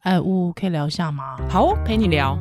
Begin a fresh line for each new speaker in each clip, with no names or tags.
哎，呜，可以聊一下吗？
好哦，陪你聊。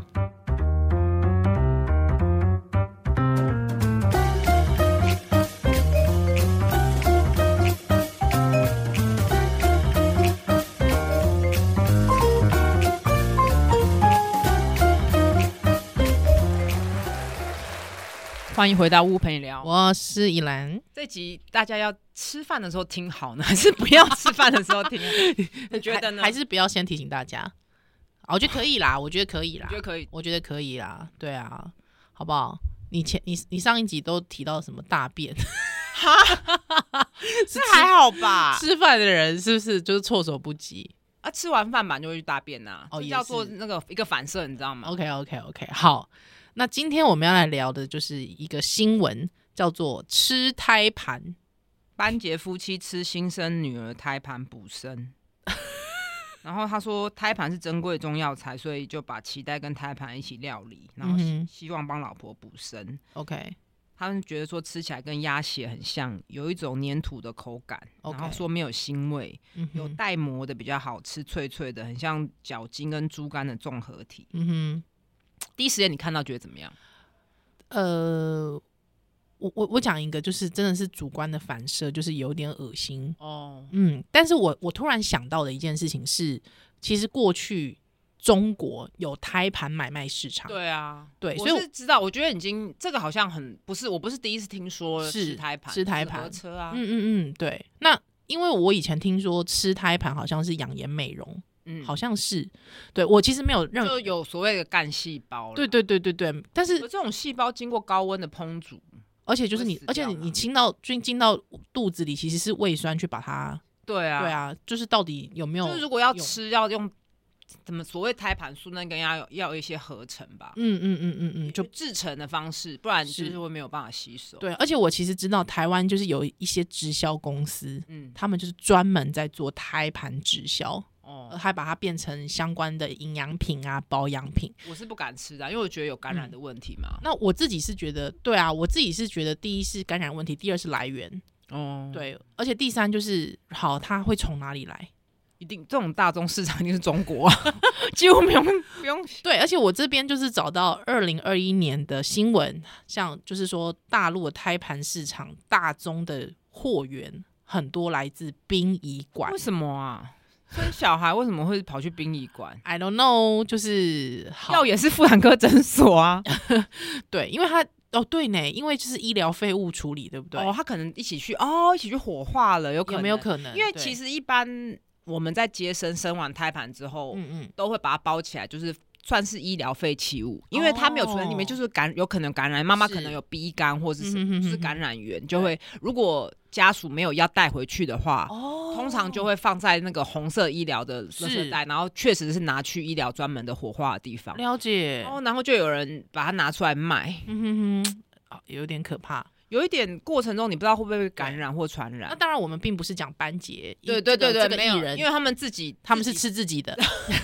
欢迎回到屋陪你聊。
我是依兰，
这集大家要吃饭的时候听好呢，还是不要吃饭的时候听？ 你 觉得呢？
还还是不要先提醒大家？啊我觉得可以啦，我觉得可以啦
你觉，得可以？
我觉得可以啦，对啊，好不好？你前你你上一集都提到什么大便？
这还好吧？
吃饭的人是不是就是措手不及
啊，吃完饭嘛你就会去大便呐、
哦
这
也
叫做
是哦
那个一个反射，你知道吗？
？OK OK OK，好，那今天我们要来聊的就是一个新闻，叫做吃胎盘。
班杰夫妻吃新生女儿胎盘补 身。然后他说，胎盘是珍贵中药材，所以就把脐带跟胎盘一起料理，然后希
嗯哼
希望帮老婆补身。
OK，
他们觉得说吃起来跟鸭血很像，有一种粘土的口感
OK
然后说没有腥味，
嗯
有
哼，
带膜的比较好吃，脆脆的，很像脚筋跟猪肝的综合体。
嗯哼。
第一时间你看到觉得怎么样？
呃，我我我讲一个，就是真的是主观的反射，就是有点恶心。
哦，
嗯，但是我我突然想到的一件事情是，其实过去中国有胎盘买卖市场，
对啊，
对
我
所以我
是知道，我觉得已经这个好像很不是，我不是第一次听说
是
吃胎盘，
吃胎
合
盘
车啊，
嗯嗯嗯，对。那因为我以前听说吃胎盘好像是养颜美容，
嗯
好像是，对我其实没有任
就有所谓的干细胞啦，
对对对对对，但
可
是
这种细胞经过高温的烹煮，
而且就是你
死，
而且
掉
你
嘛
你进到进进到肚子里其实是胃酸去把它，
对啊，
对，啊，就是到底有没有？
就是如果要
用
吃要用怎么所谓胎盘素，那跟要有要有一些合成吧，
嗯嗯嗯嗯嗯，就
就制成的方式，不然就是是会没有办法吸收。，
对，而且我其实知道台湾就是有一些直销公司，
嗯，
他们就是专门在做胎盘直销，呃
哦，
还把它变成相关的营养品啊、保养品。
我是不敢吃的啊，因为我觉得有
嗯
感染的问题嘛。
那我自己是觉得，对啊，我自己是觉得，第一是感染问题，第二是来源，
哦，，
对，而且第三就是好，它会从哪里来？
一定这种大众市场一定是中 国啊，几乎不用不 用
对，而且我这边就是找到二零二一年的新闻，像就是说大陆的胎盘市场大宗的货源很多来自殡仪馆
为。什么啊？生小孩为什么会跑去殡仪馆？
I don't know，就是好
药也是妇产科诊所啊。
对，因为他哦对呢，因为就是医疗废物处理，对 不对？
哦，他可能一起去哦，一起去火化了，有可
有
能
没有可能？
因为其
实，
实一般我们在接生生完胎盘之后，
嗯嗯，
都会把它包起来，就是。算是医疗废弃物，因为它没有存在里面，
哦
就是感有可能感染，妈妈
是
可能有 B 肝或是什
嗯哼
么，
哼
就是
哼
感染源，就会如果家属没有要带回去的话，
哦
通常就会放在那个红色医疗的垃
是
圾袋，然后确实是拿去医疗专门的火化的地方，
了解，
哦，然后就有人把它拿出来卖，
嗯哼哼，啊有点可怕。
有一点过程中，你不知道会不会被感染或传染
那。当然，我们并不是讲班杰，
啊对
啊一
对
这
对
个
对，
这个
没
艺
有，
人，
因为他们自己
他们是
自己
吃自 己的，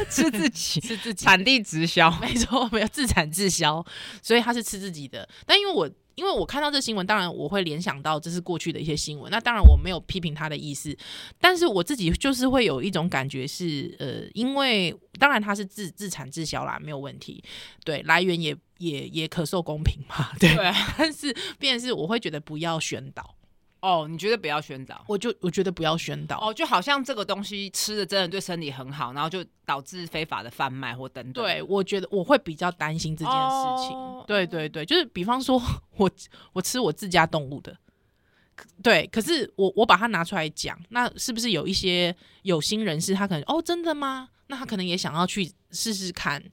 吃自己
吃 自己，
产地 直销，
没错，没有自产自销，所以他是吃自己的。但因为我因为我看到这新闻，当然我会联想到这是过去的一些新闻。那当然我没有批评他的意思，但是我自己就是会有一种感觉是，呃，因为当然他是自自产自销啦，没有问题，对，来源也也也可受公平嘛，对。
对啊。
但是，便是我会觉得不要宣导，
哦，你觉得不要宣导？
我就我觉得不要宣导。
哦，就好像这个东西吃的真的对身体很好，然后就导致非法的贩卖或等等。
对，我觉得我会比较担心这件事情。
哦
对对对，就是比方说我我吃我自家动物的，可对，可是我我把它拿出来讲，那是不是有一些有心人士他可能哦真的吗？那他可能也想要去试试看。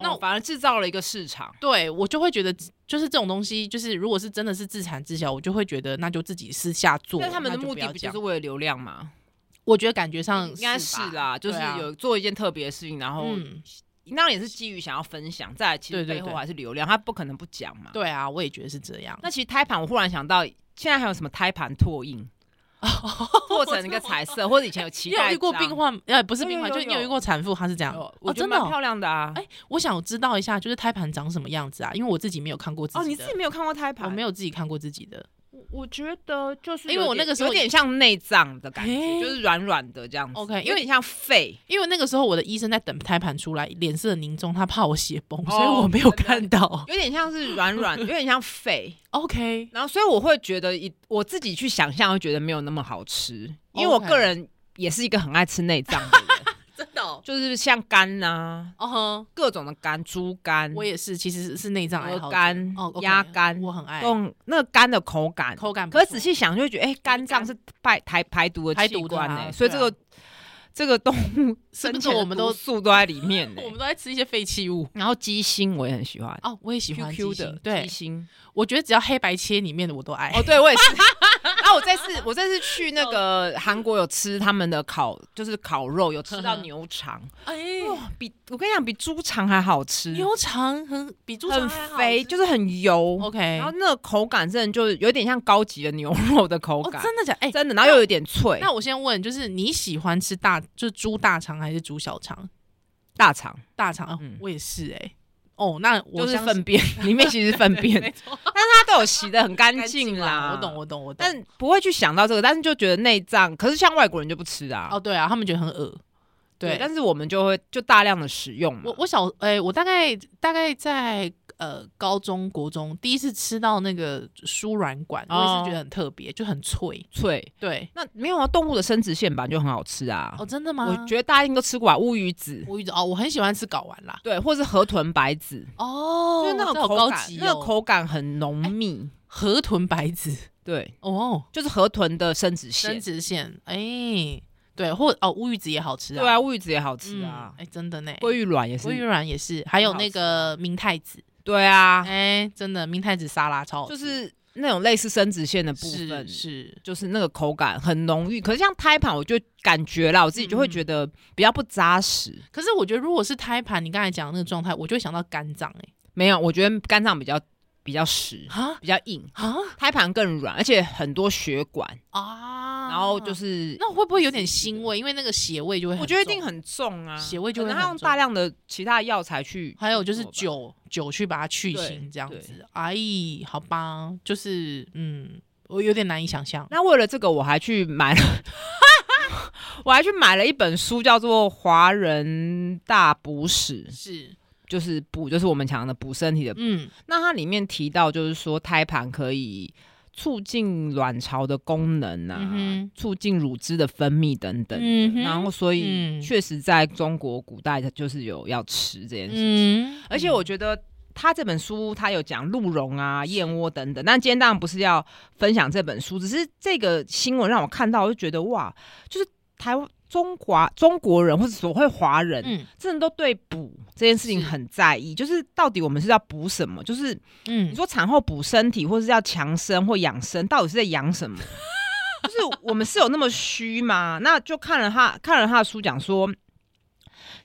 那
那
我反而制造了一个市场。
对我就会觉得，就是这种东西，就是如果是真的是自产自销，我就会觉得那就自己私下做。
但他们的
那就不
目的
要
不就
讲
是为了流量吗？
我觉得感觉上
应该是
吧
啦，就是
对啊
有做一件特别的事情，然后
嗯，
那也是基于想要分享，再来其
对
实
对
背后
对
还是流量，他不可能不讲嘛。
对啊，我也觉得是这样。
那其实胎盘，我忽然想到，现在还有什么胎盘 拓印，拓成一个彩色，或者以前有脐
你有
带
遇过
章
病，患，呃，不是
有
病
有
患，
有
就是你有
有
遇过产妇，她是这样
有，
哦，
我觉得
真的
蛮
哦。
漂亮的啊。
哎我想知道一下，就是胎盘长什么样子啊？因为我自己没有看过自己
哦，
的，
你自己没有看过胎盘？
我没
有，
有自己看过自己的，
我觉得就是
因为
有
我那
点
个时
有
候
点像内脏的感觉，
诶
就是软软的这样子
OK，因为
有点像肺。
因为那个时候我的医生在等胎盘出来，脸色凝重，他怕我血崩，
哦
所以我没有看到。
有点像是软软，有点像肺，
OK，
然后所以我会觉得一我自己去想象会觉得没有那么好吃，因为我
OK
个人也是一个很爱吃内脏的人，
真的哦，
就是像肝呐、
哦哼
各种的肝，猪肝、
我也是，其实是是内脏爱好者
鹅肝
哦、OK，
鸭肝，
我很爱，
用那个肝的口感。
口感不
可是
错
仔细想就会觉得，哎、肝脏是排排排毒的
排
器
毒的
官
啊
呢、
对
所以这个、
啊
这 个动物
是
生
不是
前的
我们都
毒素都在里面呢、欸
我们都在吃一些废弃物
然后鸡心我也很喜欢
哦，我也喜欢
，QQ
鸡心
的
对
鸡，心，
我觉得只要黑白切里面的我都爱。
哦，对我也 是。啊，我这次我这次去那
嗯
个韩国有吃他们的烤，就是烤肉，有吃 到牛肠，
哎，
哇，比我跟你讲比猪肠还好吃，
牛肠很比猪肠
很
还好
肥，
吃
就是很油
OK。
然后那个口感真的就是有点像高级的牛肉的口
哦，
感，
真的假？哎，
真的，然后又有点脆。
那我先问，就是你喜欢吃大，就是猪大肠还是猪小肠？
大肠
大肠，哦
嗯
我也是哎、哦，那我
就是
相信
粪便，里面其实是粪便，
没错，
它都有洗的很干
干
净
净
啦。
我懂，。我懂，我懂。
但不会去想到这个，但是就觉得内脏，可是像外国人就不吃啊。
哦，对啊，他们觉得很恶。对，
但是我们就会就大量的使用嘛。
我我小哎、我大概大概在呃高中国中第一次吃到那个输卵管，我也
哦
是觉得很特别，就很脆。
脆，
对，
那没有啊，动物的生殖腺本来就很好吃啊。
哦，真的吗？
我觉得大家应该都吃过吧，啊乌鱼子，
我一直哦，我很喜欢吃睾丸啦。
对，或是河豚白子，
哦，
就是那
这
种
好
口
高
感，
级、哦，哎
那个口感很浓密，
河豚白子
对，
哦，
就是河豚的生殖
生
腺。
殖腺哎、对，或哦乌鱼子也好吃啊。
对啊，乌鱼子也好吃
嗯
啊
哎、，真的呢。
鲑鱼卵也
鲑鱼
是，
卵也是，还有
很好
那
吃啊
个明太子，
对啊，
哎、真的明太子沙拉超好
就
吃
是那种类似生殖腺的部分
哎是，是，
就是那个口感很浓郁。可是像胎盘，我就感觉啦，我自己就会觉得比较不扎实。
可是我觉得如果是胎盘，你刚才讲的那个状态，我就会想到欸肝脏、
没有，我觉得肝脏比较比较实，
哎，啊
比较硬，
啊
胎盘更软，而且很多血管。
啊，
然后就是，
那会不会有点腥味？因为那个血味就会，
我觉得一定，很重啊，
血味就
可
会
能
很
他用
重
大量的其他的药材去，
还有就是
做
酒
吧，
酒去把它去
对
腥这样
对
子，哎，好吧，就是嗯，我有点难以想象。
那为了这个，我还去买了， 我还去买了一本书，叫做《华人大补史》，
是，
就是补，就是我们讲的补身体的。
嗯，
那它里面提到，就是说胎盘可以促进卵巢的功能啊，
嗯哼
促进乳汁的分泌等等。
嗯哼，
然后，所以
嗯
确实在中国古代，它就是有要吃这件事情。
嗯，
而且我觉得他这本书他有讲鹿茸啊、燕窝等等，但今天当然不是要分享这本书，只是这个新闻让我看到，我就觉得哇，就是台湾。中华中国人或者所谓华人，
嗯
真的都对补这件事情
是
很在意，就是到底我们是要补什么？就是你
嗯，
说产后补身体，或是要强身或养生，到底是在养什么？就是我们是有那么虚吗？那就看了他看了他的书讲说，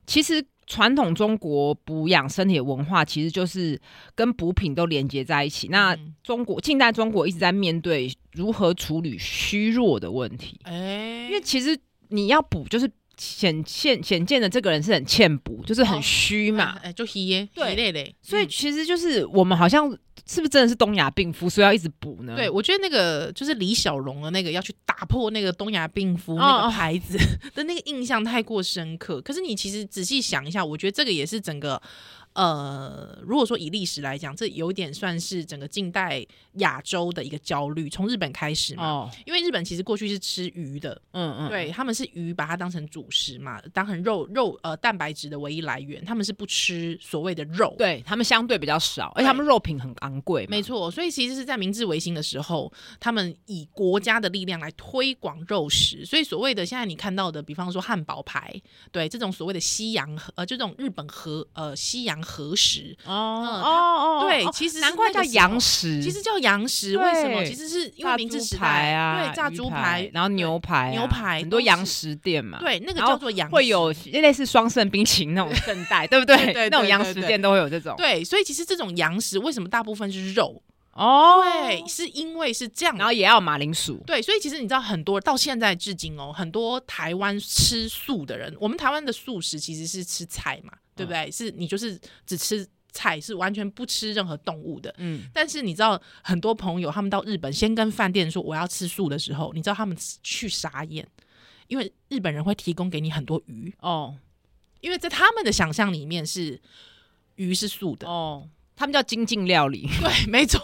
其实传统中国补养身体的文化，其实就是跟补品都连接在一起。那
嗯
中国近代中国一直在面对如何处理虚弱的问题，
哎，
因为其实你要补就是。显现显见的这个人是很欠补，就是很
哦
虚嘛，
哎，哎就稀耶，
对
稀累累，
所以
嗯
其实就是我们好像是不是真的是东亚病夫，所以要一直补呢？
对，我觉得那个就是李小龙的那个要去打破那个东亚病夫
哦
那
哦
个牌子 的那个印象太过深刻。可是你其实仔细想一下，我觉得这个也是整个呃，如果说以历史来讲，这有点算是整个近代亚洲的一个焦虑，从日本开始嘛。
哦，
因为日本其实过去是吃鱼的，
嗯嗯，
对，他们是鱼把它当成主食嘛，当成肉肉呃蛋白质的唯一来源，他们是不吃所谓的肉，
对，他们相对比较少，而且他们肉品很昂贵嘛，
没错，所以其实是在明治维新的时候，他们以国家的力量来推广肉食，所以所谓的现在你看到的，比方说汉堡排，对这种所谓的西洋和呃，就这种日本和呃西洋和食，
哦
嗯
哦
它
哦，
对
哦
其实是
难怪
那个
叫
时候
洋食，
其实叫洋食，为什么？
对
其实是因为
炸
明治
猪
时
排
代
啊，
对炸
鱼
猪排，
然后牛排啊，
牛排
很多
都是
洋食店嘛，，
对那个
然后
叫做洋食，
会有类似双盛冰淇淋那种圣 代，对不对？
对对
那种
对
洋
对
食
对
店都会有这种，
对，所以其实这种洋食为什么大部分是肉？
哦，
对，是因为是这样
然后也要马铃薯，
对，所以其实你知道，很多到现在至今哦，很多台湾
嗯
吃素的人，我们台湾的素食其实是吃菜嘛，对不对？是你就是只吃。菜是完全不吃任何动物的。
嗯，
但是你知道，很多朋友他们到日本，先跟饭店说我要吃素的时候，你知道他们去傻眼，因为日本人会提供给你很多鱼，
哦
因为在他们的想象里面是鱼是素的，
哦，他们叫精进料 理，
对，没错，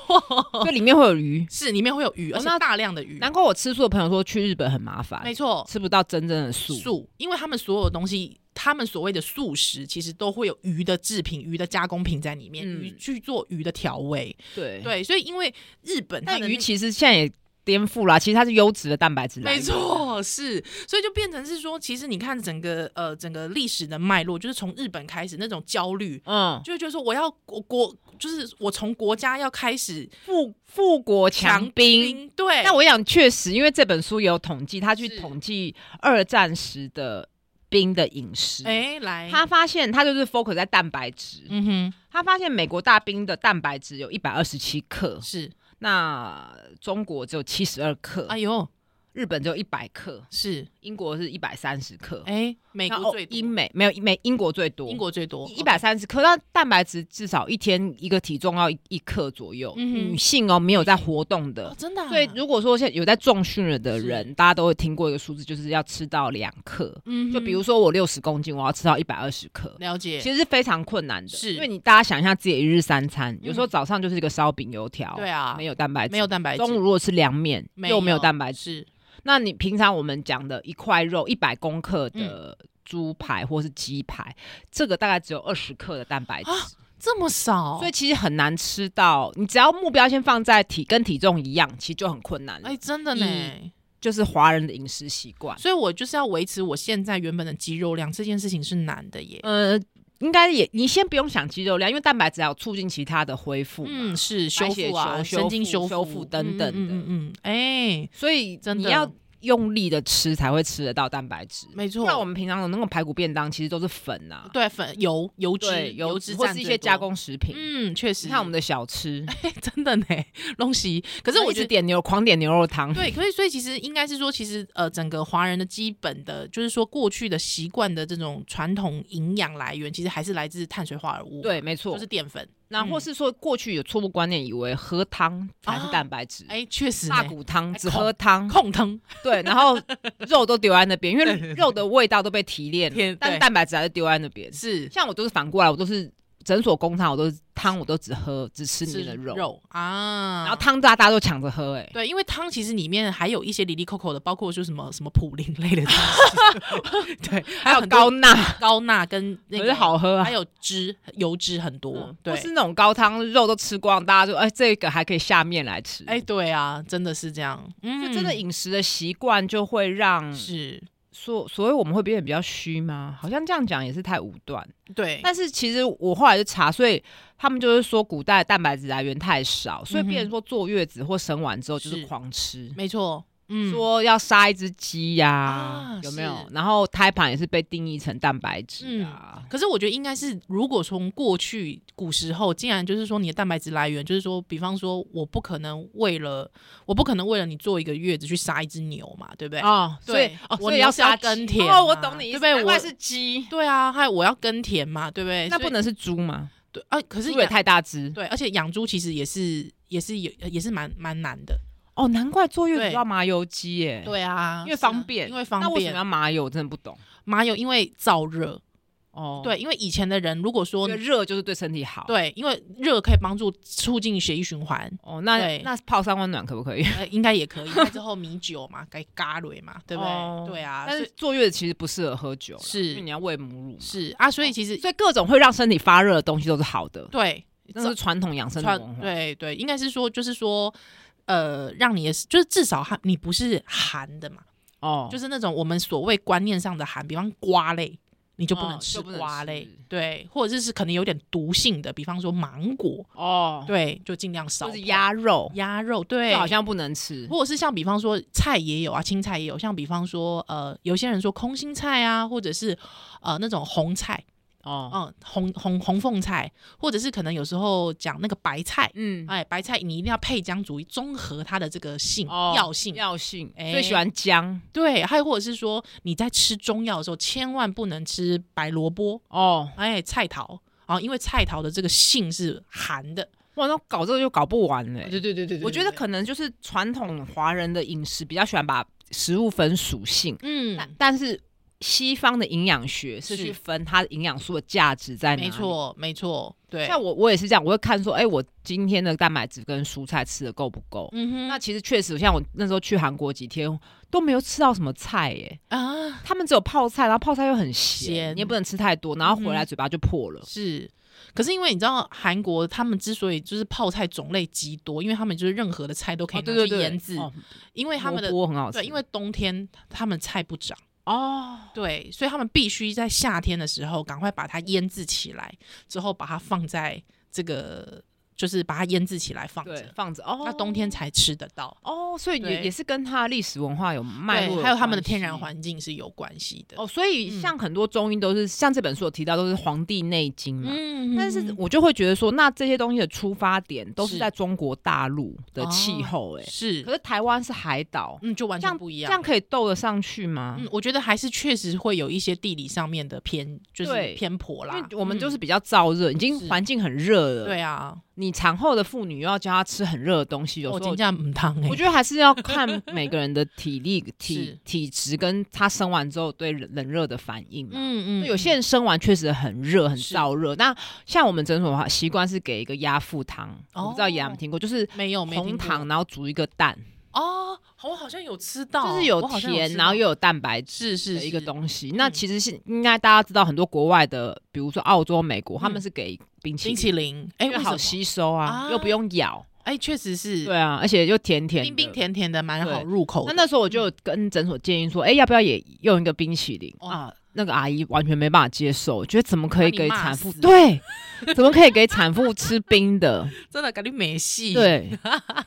所以里面会有鱼。
是里面会有鱼，而
哦
且
那
大量的鱼，
难怪我吃素的朋友说去日本很麻烦
没，错，
吃不到真正的素。
素，因为他们所有东西，他们所谓的素食，其实都会有鱼的制品、鱼的加工品在里面，
嗯
鱼去做鱼的调味。
对，
对，所以因为日本它
但
的
鱼
那
其实现在也颠覆啊啦，其实它是优质的蛋白质来源
没，错，是，所以就变成是说，其实你看整个呃整个历史的脉络，就是从日本开始那种焦虑，
嗯，
就会觉得说我要国国，就是我从国家要开始
富富国强兵。
兵，对，
那我想确实，因为这本书也有统计，他去
是
统计二战时的兵的饮食。
哎来，
他发现，他就是 focus 在蛋白质。
嗯
他发现美国大兵的蛋白质有一百二十七克
哼，是，
那中国只有七十二克，
哎呦
日本只有一百克，
是，
英国是一百三十克，
哎美
那
国
哦
最多，
英美没有美英国最多，
英国最多，
一百三十克，那蛋白质至少一天一个体重要一一克左右。
嗯哼
女性哦，没有在活动
哦
的，
真的啊，
所以如果说现在有在重训了的人，
是
大家都会听过一个数字，就是要吃到两克。
嗯哼
就比如说我六十公斤，我要吃到一百二十克。
了解，
其实是非常困难的，
是嗯
因为你大家想一下自己的一日三餐，有时候早上就是一个烧饼、油条，
对啊，
没有蛋白质，
没有蛋白质，
中午如果吃凉面，又没有蛋白质。
质，
那你平常我们讲的一块肉一百公克的
嗯
猪排或是鸡排，这个大概只有二十克的蛋白质，
啊哦这么少，
所以其实很难吃到。你只要目标先放在体跟体重一样，其实就很困难了。
哎，真的呢。
就是华人的饮食习惯，
所以我就是要维持我现在原本的肌肉量，这件事情是难的耶。
呃，应该也你先不用想肌肉量，因为蛋白质还有促进其他的恢复嘛。
嗯，是修
血
复啊，
球修
神经
复
修
修复等等的
嗯嗯嗯，嗯哎、
所以
真
你
的
要用力的吃才会吃得到蛋白质。
没错
不然我们平常的那种排骨便当其实都是粉呐、
对粉油油脂
对，油
脂
脂或
占
是一
最
些加
多，
工食品。
嗯，确实。
你看我们的小吃，
哎、真的呢，东西。可是我
一
觉
直
得。
点牛，狂点牛肉汤。
对，所以所以其实应该是说，其实呃，整个华人的基本的，就是说过去的习惯的这种传统营养来源，其实还是来自碳水化合物，，
对，没错。
就是嗯淀粉。
那或是说过去有错误观念，以为喝汤才是蛋白质，
哎，确实呢，
大骨汤只喝嗯汤，
控汤，
对，然后肉都丢在那边，因
对对
为
对
肉的味道都被提炼
天
了，但
对
是蛋白质还是丢在那边。
是
像我都是反过来，我都是诊所工厂，我都是汤，我都只喝只吃里面的肉，
肉啊，
然后汤大家都抢着喝， 哎，
对，因为汤其实里面还有一些里里扣扣的，包括就什么什么普林类的东 西，对，还
还
有
有
很多
高钠，
高钠跟那
可
个
是好喝啊
还。有汁油脂很多，
嗯
对
或，是那种高汤肉都吃光，大家就哎，这个还可以下面来吃，
哎、对啊，真的是这样，嗯，
就真的嗯饮食的习惯就会让
是
所所以我们会变得比较虚吗？好像这样讲也是太武断。
对，
但是其实我后来就查，所以他们就是说古代蛋白质来源太少，所以
嗯哼
变成说坐月子或生完之后就是
嗯是
狂吃。
没错，嗯，
说要杀一只鸡呀、
啊
有没有？
是
然后胎盘也是被定义成蛋白质啊，
可是我觉得应该是，如果从过去古时候，竟然就是说你的蛋白质来源，就是说，比方说，我不可能为了我不可能为了你坐一个月子去杀一只牛嘛，对不对？
哦，所以
嗯对
哦，
我
所以
牛
要
是要
杀鸡
耕田
哦，我
嘛
懂你意
对
思，
不对
难怪
我
是鸡，
对啊，还有我要耕田嘛，对不对？
那
所以
不能是猪吗？
对啊，可是
猪也
养
太大只
对，而且养猪其实也是也是有也是蛮蛮难的，
哦，难怪坐月
对
子要麻油鸡耶，
对啊，
因为
是啊
方便
因为
那
方
为什么
便
要麻油？我真的不懂
麻油因为燥热，
哦。
对，因为以前的人如果说
因为热就是对身体好。
对，因为热可以帮助促进血液循环，
哦，那
对
那泡三温暖可不可以？
呃，应该也可以。那之后米酒嘛，该咖喱嘛，对不对？
哦
对啊，
但
所
是
以
坐月子其实不适合喝酒啦，
是
因为你要喂母乳嘛。
是啊，所以其实、
所以各种会让身体发热的东西都是好的，
对
那是传统养生的文
传
化。
对对，应该是说就是说。呃，让你也是，就是至少它你不是寒的嘛，
哦，
就是是那种我们所谓观念上的寒，比方瓜类，你就不能
哦
吃
就不能
瓜
吃
类，对，或者是可能有点毒性的，比方说芒果，
哦，
对，就尽量少
就
碰。
是鸭肉，
鸭肉，对，
就好像不能吃。
或者是像比方说菜也有啊，青菜也有，像比方说呃，有些人说空心菜啊，或者是呃那种红菜，
哦，
嗯，红红红凤菜，或者是可能有时候讲那个白菜，
嗯，
哎，白菜你一定要配姜煮，综合它的这个性
哦
药性，
药性，
哎
最喜欢姜
对，还有或者是说你在吃中药的时候，千万不能吃白萝卜，
哦，
哎，菜桃。哦，因为菜桃的这个性是寒的，
哇，那搞这个就搞不完嘞、
对对对对
我觉得可能就是传统华人的饮食比较喜欢把食物分属性，
嗯，
但但是西方的营养学是
是
去分它营养素的价值在哪里。
没错没错，对，
像我我也是这样，我会看说，哎、我今天的蛋白质跟蔬菜吃的够不够？
嗯哼，
那其实确实，像我那时候去韩国几天都没有吃到什么菜耶，
啊
他们只有泡菜，然后泡菜又很咸，
咸
你也不能吃太多，然后回
嗯
来
哼
嘴巴就破了。哦
是。可是因为你知道韩国他们之所以就是泡菜种类极多，因为他们就是任何的菜都可以
哦，
拿
对对
去
对，
腌制，
哦
因为他们的
萝卜很好吃，
对，因为冬天他们菜不长，
哦，
对，所以他们必须在夏天的时候赶快把它腌制起来，之后把它放在这个，就是把它腌制起来放
对
着，，
放着哦，
那冬天才吃得到。
哦，所以
对
也也是跟它的历史文化有脉络
对，
关系，
还有他们的天然环境是有关系的。
哦，所以
嗯
像很多中医都是、像这本书有提到都是《黄帝内经》嘛。
嗯
但是
嗯
我就会觉得说，那这些东西的出发点都是
是
在中国大陆的气
哦
候、哎、可
是，
是台湾是海岛，
嗯，就完
这
全
样
不一
这
样。
样可以斗得上去吗？
嗯，我觉得还是确实会有一些地理上面的偏，就是
对
偏颇
因
啦。
为我们
嗯
就是比较燥热，已经
是
环境很热了。
对，啊，
你产后的妇女又要教她吃很热的东西，有
我
时候
今天唔烫哎
我，觉得还是要看每个人的体力、
是
体体质跟她生完之后对冷冷热的反应嘛。
嗯嗯，
有些人生完确实很热、很
是
燥热。那像我们诊所的话，习惯是给一个鸭腹汤，我不知道你有没
哦
有听过，就是
没有没
红
听过
糖，然后煮一个蛋，
哦，我好像有吃到，
就是
哦我好像有
甜，
吃
然后
到
又有蛋白质。
是是
的一个
是
东西，那
嗯
其实是应该大家知道，很多国外的，比如说澳洲、美国，他
嗯
们是给冰淇
冰
淋，
淇淋，哎、
因为
为
好
什么
吸收啊
啊，
又不用咬，
哎，确实是，
对啊，而且又甜甜的
冰冰。甜甜的，蛮好
对
入口
那
的。嗯
那时候我就有跟诊所建议说，哎，要不要也用一个冰淇淋
哦
啊？那个阿姨完全没办法接受，我觉得怎么可
把
以
你
给
骂
产妇
死
对，怎么可以给产妇吃冰 的？
真的感觉没戏。，
对，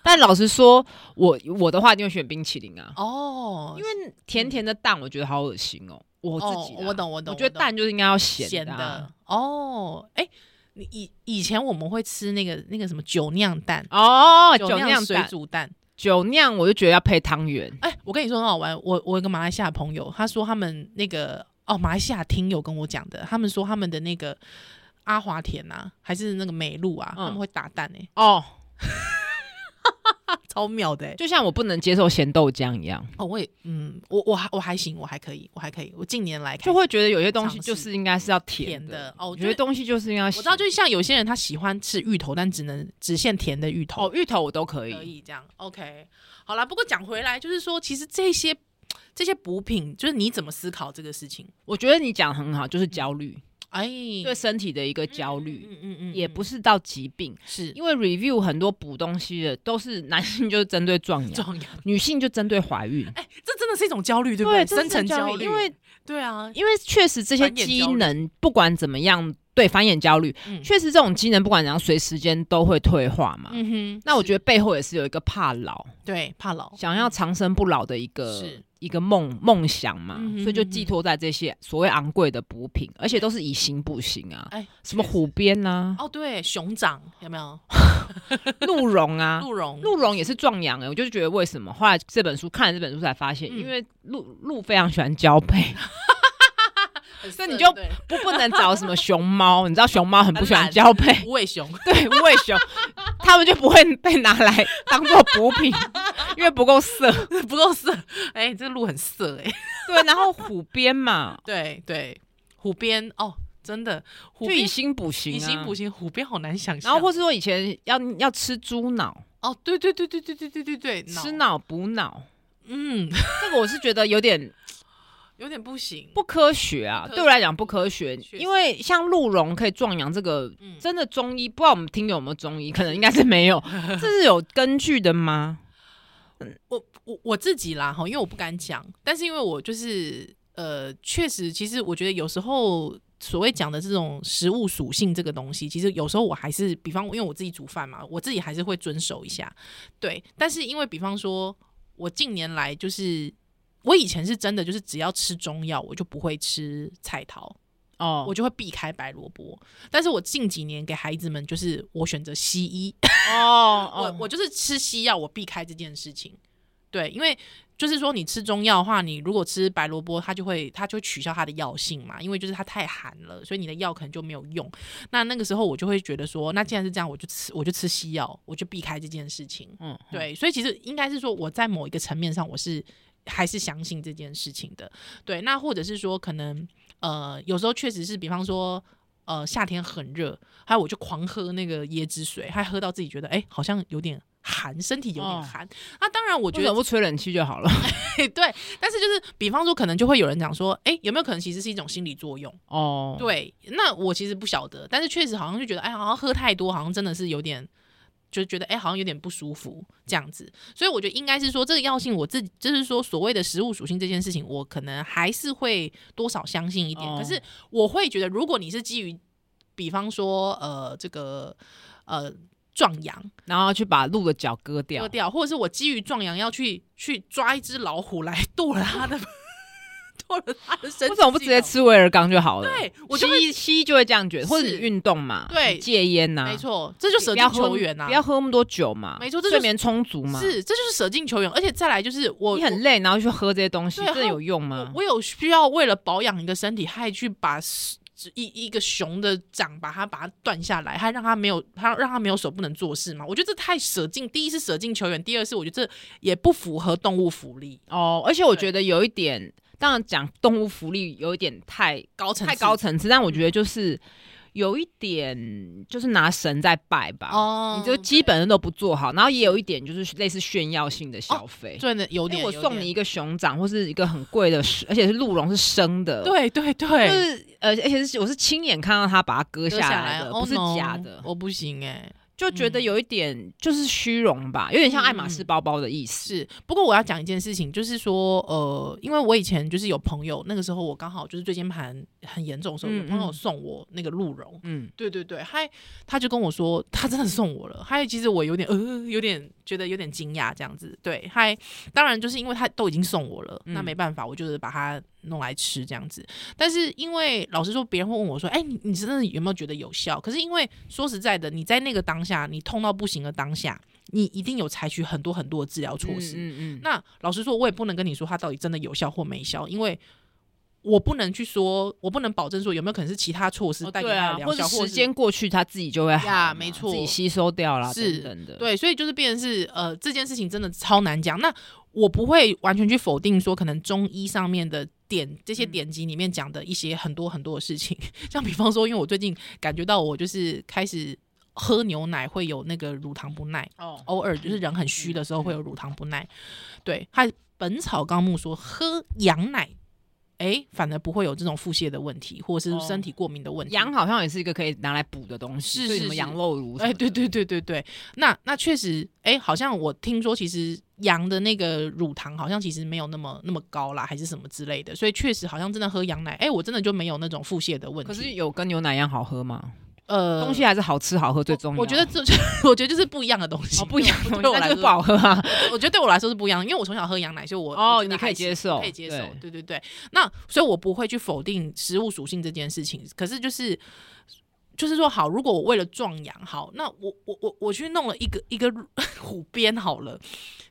但老实说，我我的话一定会选冰淇淋啊，
哦，
因为甜甜的蛋我觉得好恶心哦，我自己
哦
啦
我懂我懂，
我觉得
懂
蛋就是应该要
咸
咸的啊。
的哦，哎、你以以前我们会吃那个那个什么酒酿蛋。
哦，酒
酿
酿
水
蛋，
煮蛋，
酒酿我就觉得要配汤圆。
哎、我跟你说很好玩。我我有一个马来西亚朋友，他说他们那个哦，马来西亚听友跟我讲的，他们说他们的那个阿华田啊，还是那个美露啊，
嗯
他们会打蛋哎、
哦，
超妙的、欸。
就像我不能接受咸豆浆一样，
哦，我也嗯，我我还我还行，我还可以，我还可以。我近年来
就
看，
会觉得有些东西
尝试
就是应该是要甜
甜的哦我
有
觉得
些东西就是应该要
我
咸
知道，就是像有些人他喜欢吃芋头，但只能只限甜的芋头，
哦，芋头我都可
可
以。
以这样。OK，好啦。不过讲回来，就是说，其实这些这些补品，就是你怎么思考这个事情？
我觉得你讲得很好，就是焦虑，
哎，
对身体的一个焦
嗯
虑，
嗯嗯嗯
也不
是
是到疾病，
是
因为 review 很多补东西的都是男性就是针对壮阳，
重要。
女性就针对怀孕。
哎，这真的是一种焦虑，对不
对，这是
深层
焦
虑，
因为
对啊，
因为确实这些
繁衍焦
机
虑
能不管怎么样，对繁衍焦虑，
嗯
确实这种机能不管怎样，随时间都会退化嘛。
嗯哼，
那我
是
觉得背后也是有一个怕老，
对怕老，
想要长生不老的一个
是
一个梦梦想嘛，
嗯哼
所以就
嗯
寄
哼
托在这些所谓昂贵的补品，而且都是以形补形啊，
哎
什么
确实
虎鞭 啊、
哦，对，熊掌有没有？
鹿茸啊，
鹿茸，
鹿茸也是壮阳哎，我就觉得为什么？后来这本书看了这本书才发现，
嗯
因为鹿鹿非常喜欢交配，
很
所以你
深
就
对
不不能找什么熊猫，你知道熊猫很不喜
很
欢
懒
交配，
无尾熊，
对，无尾 熊，他们就不会被拿来当做补品， 因为不够色。
不够色，哎、这鹿很色哎、
对，然后虎 鞭嘛，
对对，湖边哦，真的湖
就
边
以形补形、啊，
以形补。形，湖边好难想象。
然后或是说以前要要吃猪脑，
哦，对对对对对对对对对，
吃，脑补脑，
嗯，
这个我是觉得有点
有点不行。
不科学啊，
不科学
对我来讲不科学，
确实
因为像鹿茸可以壮阳这个。
嗯，
真的中医不知道我们听友有没有中医，可能应该是 没有，这是有根据的吗？
我我我自己啦哈，因为我不敢讲，但是因为我就是呃，确实，其实我觉得有时候所谓讲的这种食物属性这个东西，其实有时候我还是，比方因为我自己煮饭嘛，我自己还是会遵守一下，对。但是因为比方说，我近年来就是我以前是真的就是只要吃中药，我就不会吃菜桃，
哦，
我就会避开白萝卜。但是我近几年给孩子们就是我选择西医，
哦，哦
我我就是吃西药，我避开这件事情。对，因为就是说你吃中药的话，你如果吃白萝卜，它就会它就会取消它的药性嘛，因为就是它太寒了，所以你的药可能就没有用。那那个时候我就会觉得说，那既然是这样，我就吃我就吃西药，我就避开这件事情。
嗯，嗯，
对，所以其实应该是说我在某一个层面上我是还是相信这件事情的。对，那或者是说可能呃有时候确实是，比方说。呃，夏天很热，还有我就狂喝那个椰汁水，还喝到自己觉得哎、好像有点寒，身体有点
哦
寒。那、当然，我
我
觉
觉
得
得不吹冷气就好了。
对 对，但是就是比方说，可能就会有人讲说，哎、有没有可能其实是一种心理作用？
哦，
对，那我其实不晓得，但是确实好像就觉得，哎、好像喝太多，好像真的是有点。就觉得哎、好像有点不舒服这样子，所以我觉得应该是说这个药性，我自己就是说所谓的食物属性这件事情，我可能还是会多少相信一点。
哦
可是我会觉得，如果你是基于，比方说呃这个呃壮阳，
然后去把鹿的脚割掉，
割掉，或者是我基于壮阳要去去抓一只老虎来 剁了它的，剁了它的身。
为什么不直接？吃威尔刚就好了？
哦对，我就
西
会
医西医就会这样觉得，或者你
是
运动嘛，
对
你戒烟呐、
没，错，这就舍
啊不要
近
喝
求远呐、啊
不要喝那么多酒嘛，
没错这就是
睡眠充足嘛，
是，这就是舍近求远，而且再来就是我
你很累，然后去喝这些东西，
对
真的
还有
有用
我
吗？
我有需要为了保养一个身体，还去把一一个熊的掌把它把它断下来，还让它没有它让它没有手不能做事嘛？我觉得这太舍近，第一是舍近求远，第二是我觉得这也不符合动物福利
哦，而且我
对
觉得有一点，当然讲动物福利有一点太
高层
太
次嗯
高层次，但我觉得就是有一点就是拿神在拜吧。
哦
你就基本的都不做好，然后也有一点就是类似炫耀性的消费，
对的哦有
因为
点
哎我
有
送
点
你一个熊掌或是一个很贵的食，而且是鹿茸是生的，，
对对对，
就是呃，而且是我是亲眼看到他把它割
割
下
下
来的，
哦
不是
no，
假的，
我不行哎、
就觉得有一点就是虚荣吧，有点像爱马仕包包的意思。
嗯是，不过我要讲一件事情，就是说，呃，因为我以前就是有朋友，那个时候我刚好就是椎间盘很严重的时候，
嗯
有朋友
嗯
送我那个鹿茸，
嗯，
对对对，还他就跟我说，他真的送我了。还有，其实我有点呃，有点觉得有点惊讶这样子。对，还当然就是因为他都已经送我了，那
嗯
没办法，我就是把它弄来吃这样子。但是因为老实说，别人会问我说，哎、你你真的有没有觉得有效？可是因为说实在的，你在那个当下，你痛到不行的当下，你一定有采取很多很多的治疗措
措
施
施，。嗯
那老实说，我也不能跟你说它到底真的有效或没效，因为我不能去说，我不能保证说有没有可能是其他措施
哦
带给
对
他
啊
的，疗
或
效，
者
或
时间过去，它自己就会好
呀
嘛
没错
自己吸收掉了，
是
等等的。，
对，所以就是变成是呃，这件事情真的超难讲。那我不会完全去否定说，可能中医上面的典这些
嗯
典籍里面讲的一些很多很多的事情， 像比方说，因为我最近感觉到我就是开始喝牛奶会有那个乳糖不耐，
哦，
偶尔就是人很虚的时候会有乳糖不耐。对，还《本草纲目》说喝羊奶，哎，反而不会有这种腹泻的问题，或者
哦
是身体过敏的问题。
羊好像也是一个可以拿来补的东西，
是
所以
是
什么
是
羊肉炉，
哎，对，对对对对，那那确实，哎，好像我听说，其实羊的那个乳糖好像其实没有那么那么高啦，还是什么之类的，所以确实好像真的喝羊奶，哎，我真的就没有那种腹泻的问题。
可是有跟牛奶一样好喝吗？
呃，
东西还是好吃好喝最重要。
我觉得这，我觉得就是 不一样的东 西，
哦不一样，
对
那
我来说
就是不好喝啊。
我觉得对我来说是不一样，因为我从小喝羊奶，所以我
哦
我觉得
你可以
还行
接受
我可以接受，对
对
对对。那所以我不会去否定食物属性这件事情，可是就是就是说，好，如果我为了壮阳，好，那我我我我去弄了一个一个 虎鞭好了。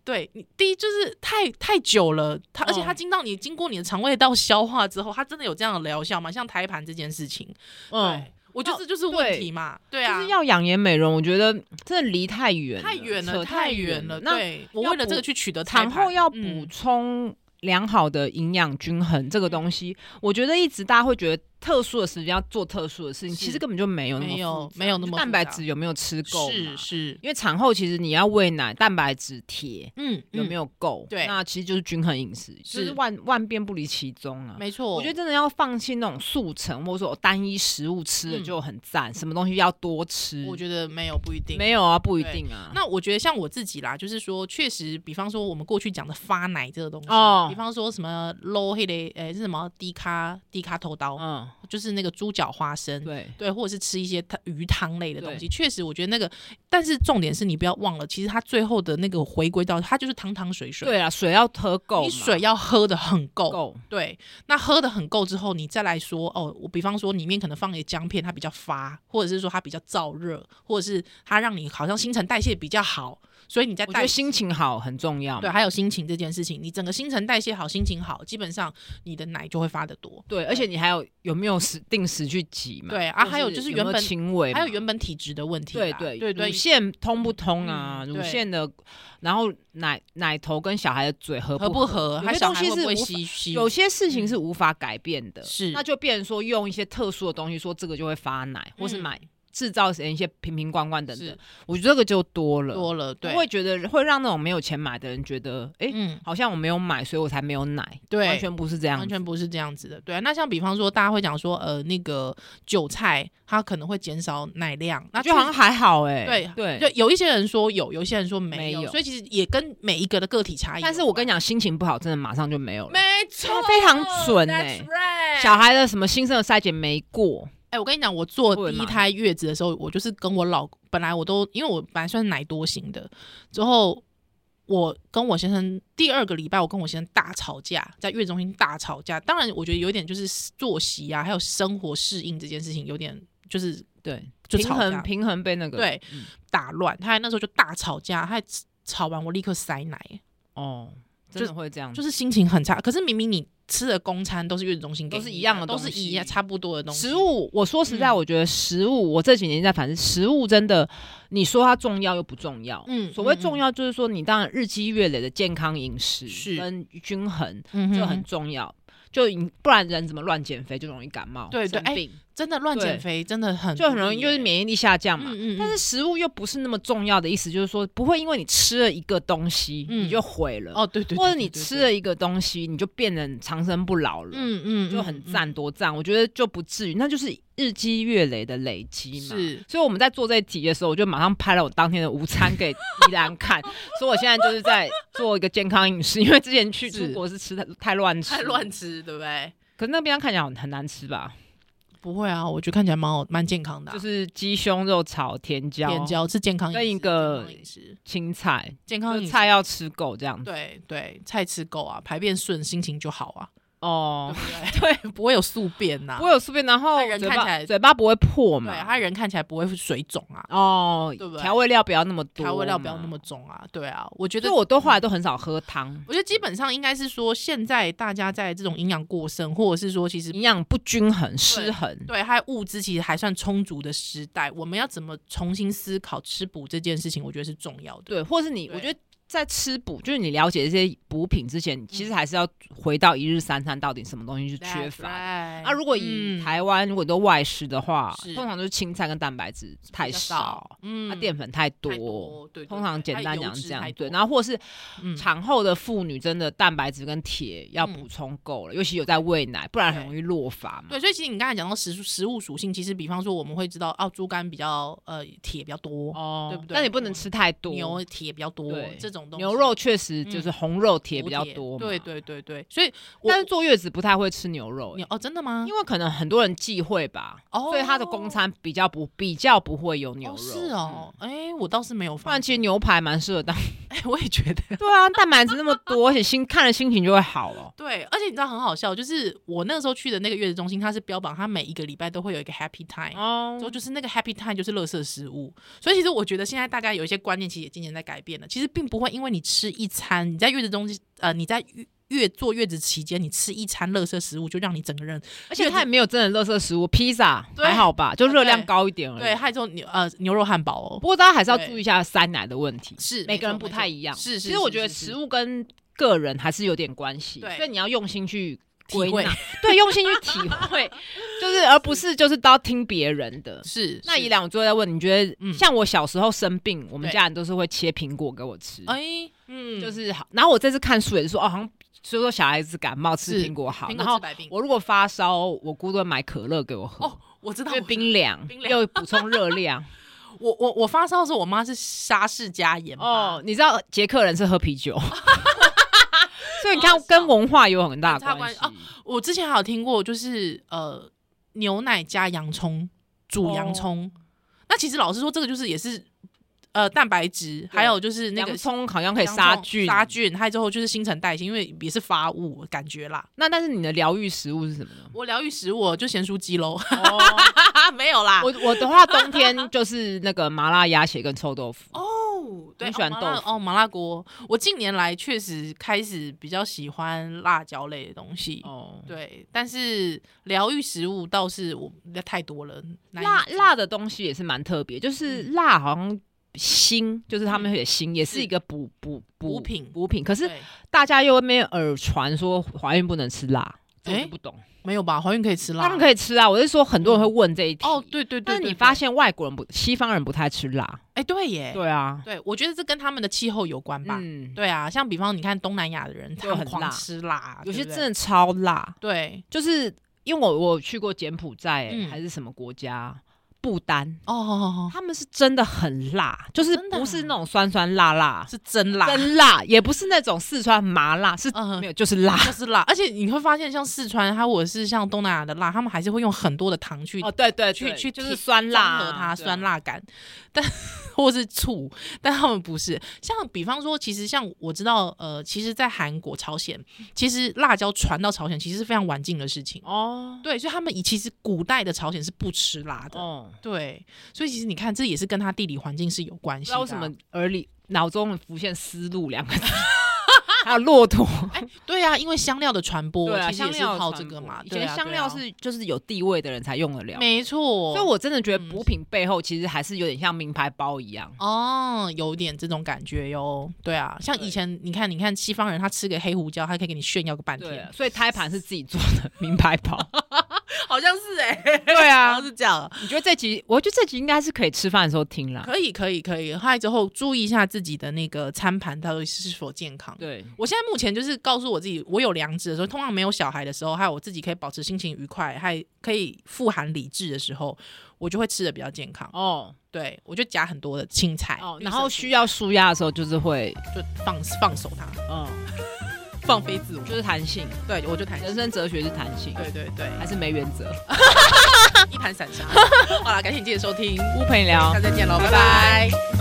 对你第一就是太太久了，它而且它
嗯
经到你经过你的肠胃道消化之后，它真的有这样的疗效吗？像胎盘这件事情，
嗯
对，我觉得这
那
就是问题嘛，对
就
啊
是。要养颜美容，我觉得真的离太远，
太远
扯
了，
太
太远了。
那
对我
要
为了
补
这个去取得胎
产后
盘
要
嗯
补充良好的营养均衡这个
嗯
东西，我觉得一直大家会觉得特殊的时间要做特殊的事情，
是
其实根本就没有那么
没有
复杂
没有那么
就
复杂
蛋白质有没有吃够嘛？
是是，
因为产后其实你要喂奶，蛋白质、铁
嗯，
有没
有？
有够？
对
那其实就是均衡饮食，就是
是
万万变不离其宗啊。
没错，
我觉得真的要放弃那种速成，或者说我单一食物吃的
嗯
就很赞，什么东西要多吃。
我觉得没有不一定。
嗯没有啊，不一
对
定啊。
那我觉得像我自己啦，就是说，确实，比方说我们过去讲的发奶这个东西，
哦
比方说什么 low 黑的，诶、是什么低咖低咖头刀，
嗯，
就是那个猪脚花生，
对，
对，或者是吃一些汤鱼汤类的东西，确实，我觉得那个，但是重点是你不要忘了，其实它最后的那个回归到它就是汤汤水水，
对啊，水要喝够嘛，
你水要喝的很够，
够，
对，那喝的很够之后，你再来说哦，我比方说里面可能放了姜片，它比较发，或者是说它比较燥热，或者是它让你好像新陈代谢比较好，所以你在
我觉
带
得心情好很重要。
对，还啊有心情这件事情，你整个新陈代谢好，心情好，基本上你的奶就会发得多。
对，而且你还有有没有时定时去挤嘛？
对啊
或
还有
是
就是
有
原
没有
本
轻微嘛，
还有原本体质的问题
对
啦，
对
对对
乳，腺通不通啊？
嗯
乳
对
腺的，然后奶奶头跟小孩的嘴合
合
不
不合，
些
还小
东
孩
西
会
是
不会
无法
吸吸？
有些事情
嗯
是无法改变的，
是
那就变成说用一些特殊的东西，说这个就会发奶，或是
嗯
买制造成一些瓶瓶罐罐等等
是。
我觉得这个就多了，
多了，对
我，会觉得会让那种没有钱买的人觉得，哎、
嗯，
好像我没有买，所以我才没有奶，
对，
完全不是这样
完
子。
全不是这样子的。对啊，那像比方说，大家会讲说，呃，那个韭菜它可能会减少奶量，那
就好像还好哎、
对
对
就有一些人说有，有一些人说没有，
没有
所以其实也跟每一个的个体差异。
但是我跟你
讲，
讲，心情不好，真的马上就没有了。
没错
它，非常准欸
That's right
小孩的什么新生儿筛检没过，
哎、我跟你讲，我坐
会
第一
吗
胎月子的时候，我就是跟我老，本来我都因为我本来算是奶多型的，之后我跟我先生第二个礼拜，我跟我先生大吵架，在月子中心大吵架。当然，我觉得有一点就是作息啊，还有生活适应这件事情有点就是
对，
就
平
吵
衡
架
平衡被那个
对
嗯
打乱。他还那时候就大吵架，他还吵完我立刻塞奶，
哦，
就
真的会这样子，
就是心情很差。可是明明你吃的公餐都是月子中心给
都是
你
一样的
都
东
是一
西
样差不多的东西，
食物，我说实在，
嗯
我觉得食物，我这几年在反正食物真的，你说它重要又不重要。
嗯
所谓
嗯嗯
重要，就是说你当然日积月累的健康饮食
是
跟均衡，
嗯
这
哼
很重要。就你不然人怎么乱减肥就容易感冒，
对对
生病
真的乱
对
减肥真的很
哎就很
不
容易就是
耶
免疫力下降嘛。
嗯嗯嗯
但是食物又不是那么重要的意思，就是说不会因为你吃了一个东西、
嗯
你就毁了，
哦对对对
或者
对
你
对
吃
对
了一个东西你就变成长生不老了。
嗯嗯，
就
嗯
很
嗯
赞，多赞，我觉得就不至于，那就是日积月累的累积嘛。
是
所以我们在做这一题的时候，我就马上拍了我当天的午餐给依兰 看，所以我现在就是在做一个健康饮食，因为之前去
是
出国是吃的太乱吃，
太乱，吃，对不对？
可是那边看起来很很难吃吧？
不会啊，我觉得看起来蛮好，蛮健康的、啊，
就、是鸡胸肉炒甜椒、
点椒是健康饮食，
跟一个
健康饮食，
青菜，
健
就
康饮
是
食
菜要吃够这样子。
对对，菜吃够啊，排便顺，心情就好啊，
哦，
对不对？ 对，不会有宿便呐、
我有顺便，然后
他人
嘴
看起
巴
来
嘴巴不会破
对，
嘛？
他人看起来不会水肿啊，
哦
对不，对
调味料不要那么多，
调味料不要那么。重啊，对啊，我觉
所
得
以我都后来都很少喝汤，
我觉得基本上应该是说，现在大家在这种营养过剩，或者是说其实
营养不均衡、失衡。
对，还有物资其实还算充足的时代，我们要怎么重新思考吃补这件事情？我觉得是重要的。
对，或是你，
对
我觉得在吃补，就是你了解这些补品之
嗯
前，你其实还是要回到一日三餐到底什么东西是缺乏的。
乏
啊，如果以台湾、如果都外食的话，
嗯是
通常就是青菜跟蛋白质太少，，
嗯，
那、
比较
淀粉太多。
太多对，对
通常
对
简
它
单
油
讲
脂
是这样
太
对，
多
然后或是
嗯
产后的妇女真的蛋白质跟铁要
嗯
补充够了，尤其有在喂奶，不然很
对
容易落发嘛。
对，所以其实你刚才讲到食食物属性，其实比方说我们会知道，哦，猪肝比较呃铁比较多，
哦
对不对
但你不能吃太多，
牛铁比较多
对，
这种东西
牛肉确实就是
嗯
红肉铁
补
比较
铁
多嘛，
对对对对，所以我
但是坐月子不太会吃牛肉、欸
牛哦真的吗？
因为可能很多人忌讳吧，
哦
所以他的公餐比较不比较不会有牛肉。嗯
哦是哦，哎，我倒是没有
不
发
然
现，
其实牛排蛮适合当。
哎，我也觉得
对 啊，蛋白质那么多，而且心看了心情就会好哦。
对，而且你知道很好笑，就是我那个时候去的那个月子中心，它是标榜它每一个礼拜都会有一个 happy time，之后
哦，
就是那个 happy time 就是垃圾食物，所以其实我觉得现在大家有一些观念其实也渐渐在改变了。其实并不会因为你吃一餐，你在月子中间，呃，你在月月坐月子期间，你吃一餐垃圾食物就让你整个人
而且它也没有真的垃圾食物，披萨
对
还好吧，就热量
对
高一点而已。
对，还有这种牛呃牛肉汉堡哦
不，过大家还是要
对
注意一下塞奶的问题，
是
每个人
没错
不
没错
太一样。
是是，
其实我
是
觉得
是是
食物跟个人还是有点关系，
对
所以你要用心去
体
归
会
纳，对，用心去体会，就是而不是就是都要听别人的。
是
那
是
以两，我最后再问，你觉得
嗯
像我小时候生病，我们
对
家人都是会切苹果给我吃，
哎嗯
就是好。然后我这次看书也是说，哦，好像所以说小孩子感冒吃
是
苹果好，
苹果
然后
治百病
我如果发烧，我姑都会买可乐给我喝，
哦，我知道
因为
我
冰凉
冰凉
又补充热量。
我我我发烧的时候，我妈是沙士加盐
哦
哦，，
你知道捷克人是喝 啤酒，所以
好
你看
好笑
跟文化有很
哦
大
啊很大
关系。
关我之前还有听过，就是呃牛奶加洋葱煮洋葱，那其实老实说，这个就是也是呃蛋白质，还有就是那
洋
个。
葱好像可以杀菌，
杀菌，还有之后就是新陈代谢，因为也是发物感觉啦。？
那但是你的疗愈食物是什么呢
我疗愈食物我就咸酥鸡喽，
哦，
没有啦。
我我的话，冬天就是那个麻辣鸭血跟臭豆腐。
哦，哦，对，
你喜欢
哦麻辣
豆腐
哦，麻辣锅。我近年来确实开始比较喜欢辣椒类的东西。
哦，
对，但是疗愈食物倒是我太多了，难以
辣
接
辣的东西也是蛮特别，就是
嗯
辣好像锌，就是他们会写锌，也是一个补补
补品
补品。可是
对
大家又没有耳传说怀孕不能吃辣，这我
诶
就不懂。
没有吧？怀孕可以吃辣，
他们可以吃啊，我是说很多人会问这一题。
哦，对对对
但是
对
你
对
发现外国人不，西方人不太吃辣。
哎，对耶，
对啊，
对，我觉得这跟他们的气候有关吧。
嗯，
对啊，像比方你看东南亚的人，他
就
们
很
狂
辣
吃辣，啊
有些
对不
真
对
的超辣，
对
就是因为我我有去过柬埔寨、
嗯
还是什么国家，不丹，
哦哦哦，
他们是真的很辣，就是
真的啊
不是那种酸酸辣辣
哦，是真辣，
真辣，也不是那种四川麻辣，是、
嗯
没有就是辣。
就是辣，而且你会发现，像四川，它或者是像东南亚的辣，他们还是会用很多的糖去
哦，对对
去
对，
去
就是
提
酸辣
中和
啊
它酸，
对啊
辣感， 但或是醋，但他们不是。像比方说，其实像我知道，呃，其实，在韩国、朝鲜，其实辣椒传到朝鲜，其实是非常晚近的事情。
哦
对，所以他们以其实古代的朝鲜是不吃辣的。
哦，
对，所以其实你看，这也是跟它地理环境是有关
不
系
知
的、啊
道为什么？耳里脑中浮现丝路两个字，还有骆驼。
对啊，因为香料的传播，
对啊，
其实也
香
是
料
靠
传
这个
播
嘛。
以
对
前
啊
香
对
料
啊
是就是有地位的人才用得了，
没错，
所以我真的觉得
嗯
补品背后其实还是有点像名牌包一样。
哦，有点这种感觉哟。对啊，像以
对
前你看，你看西方人他吃个黑胡椒，他可以给你炫耀个半
对
天，，
所以胎盘是自己做的名牌 包。
好像是哎、
对
好
啊
像，是这样。
你觉得这集？我觉得这集应该是可以吃饭的时候听啦。
可以，可以，可以。后来之后注意一下自己的那个餐盘到底是否健康。
对，
我现在目前就是告诉我自己，我有良知的时候，通常没有小孩的时候，还有我自己可以保持心情愉快，还可以富含理智的时候，我就会吃的比较健康。
哦
对，我就加很多的青菜，
哦，
绿
然
色
后
蔬
需要舒压的时候就是会，
就放放手它，
嗯，
放飞自我。
就是弹性。
对，我就弹
人
性。
生哲学是弹性，
对对 对。
还是没原则？
一盘散沙。好啦，感谢你今天的收听，
不陪你聊
下次。再见喽，拜
拜
拜
拜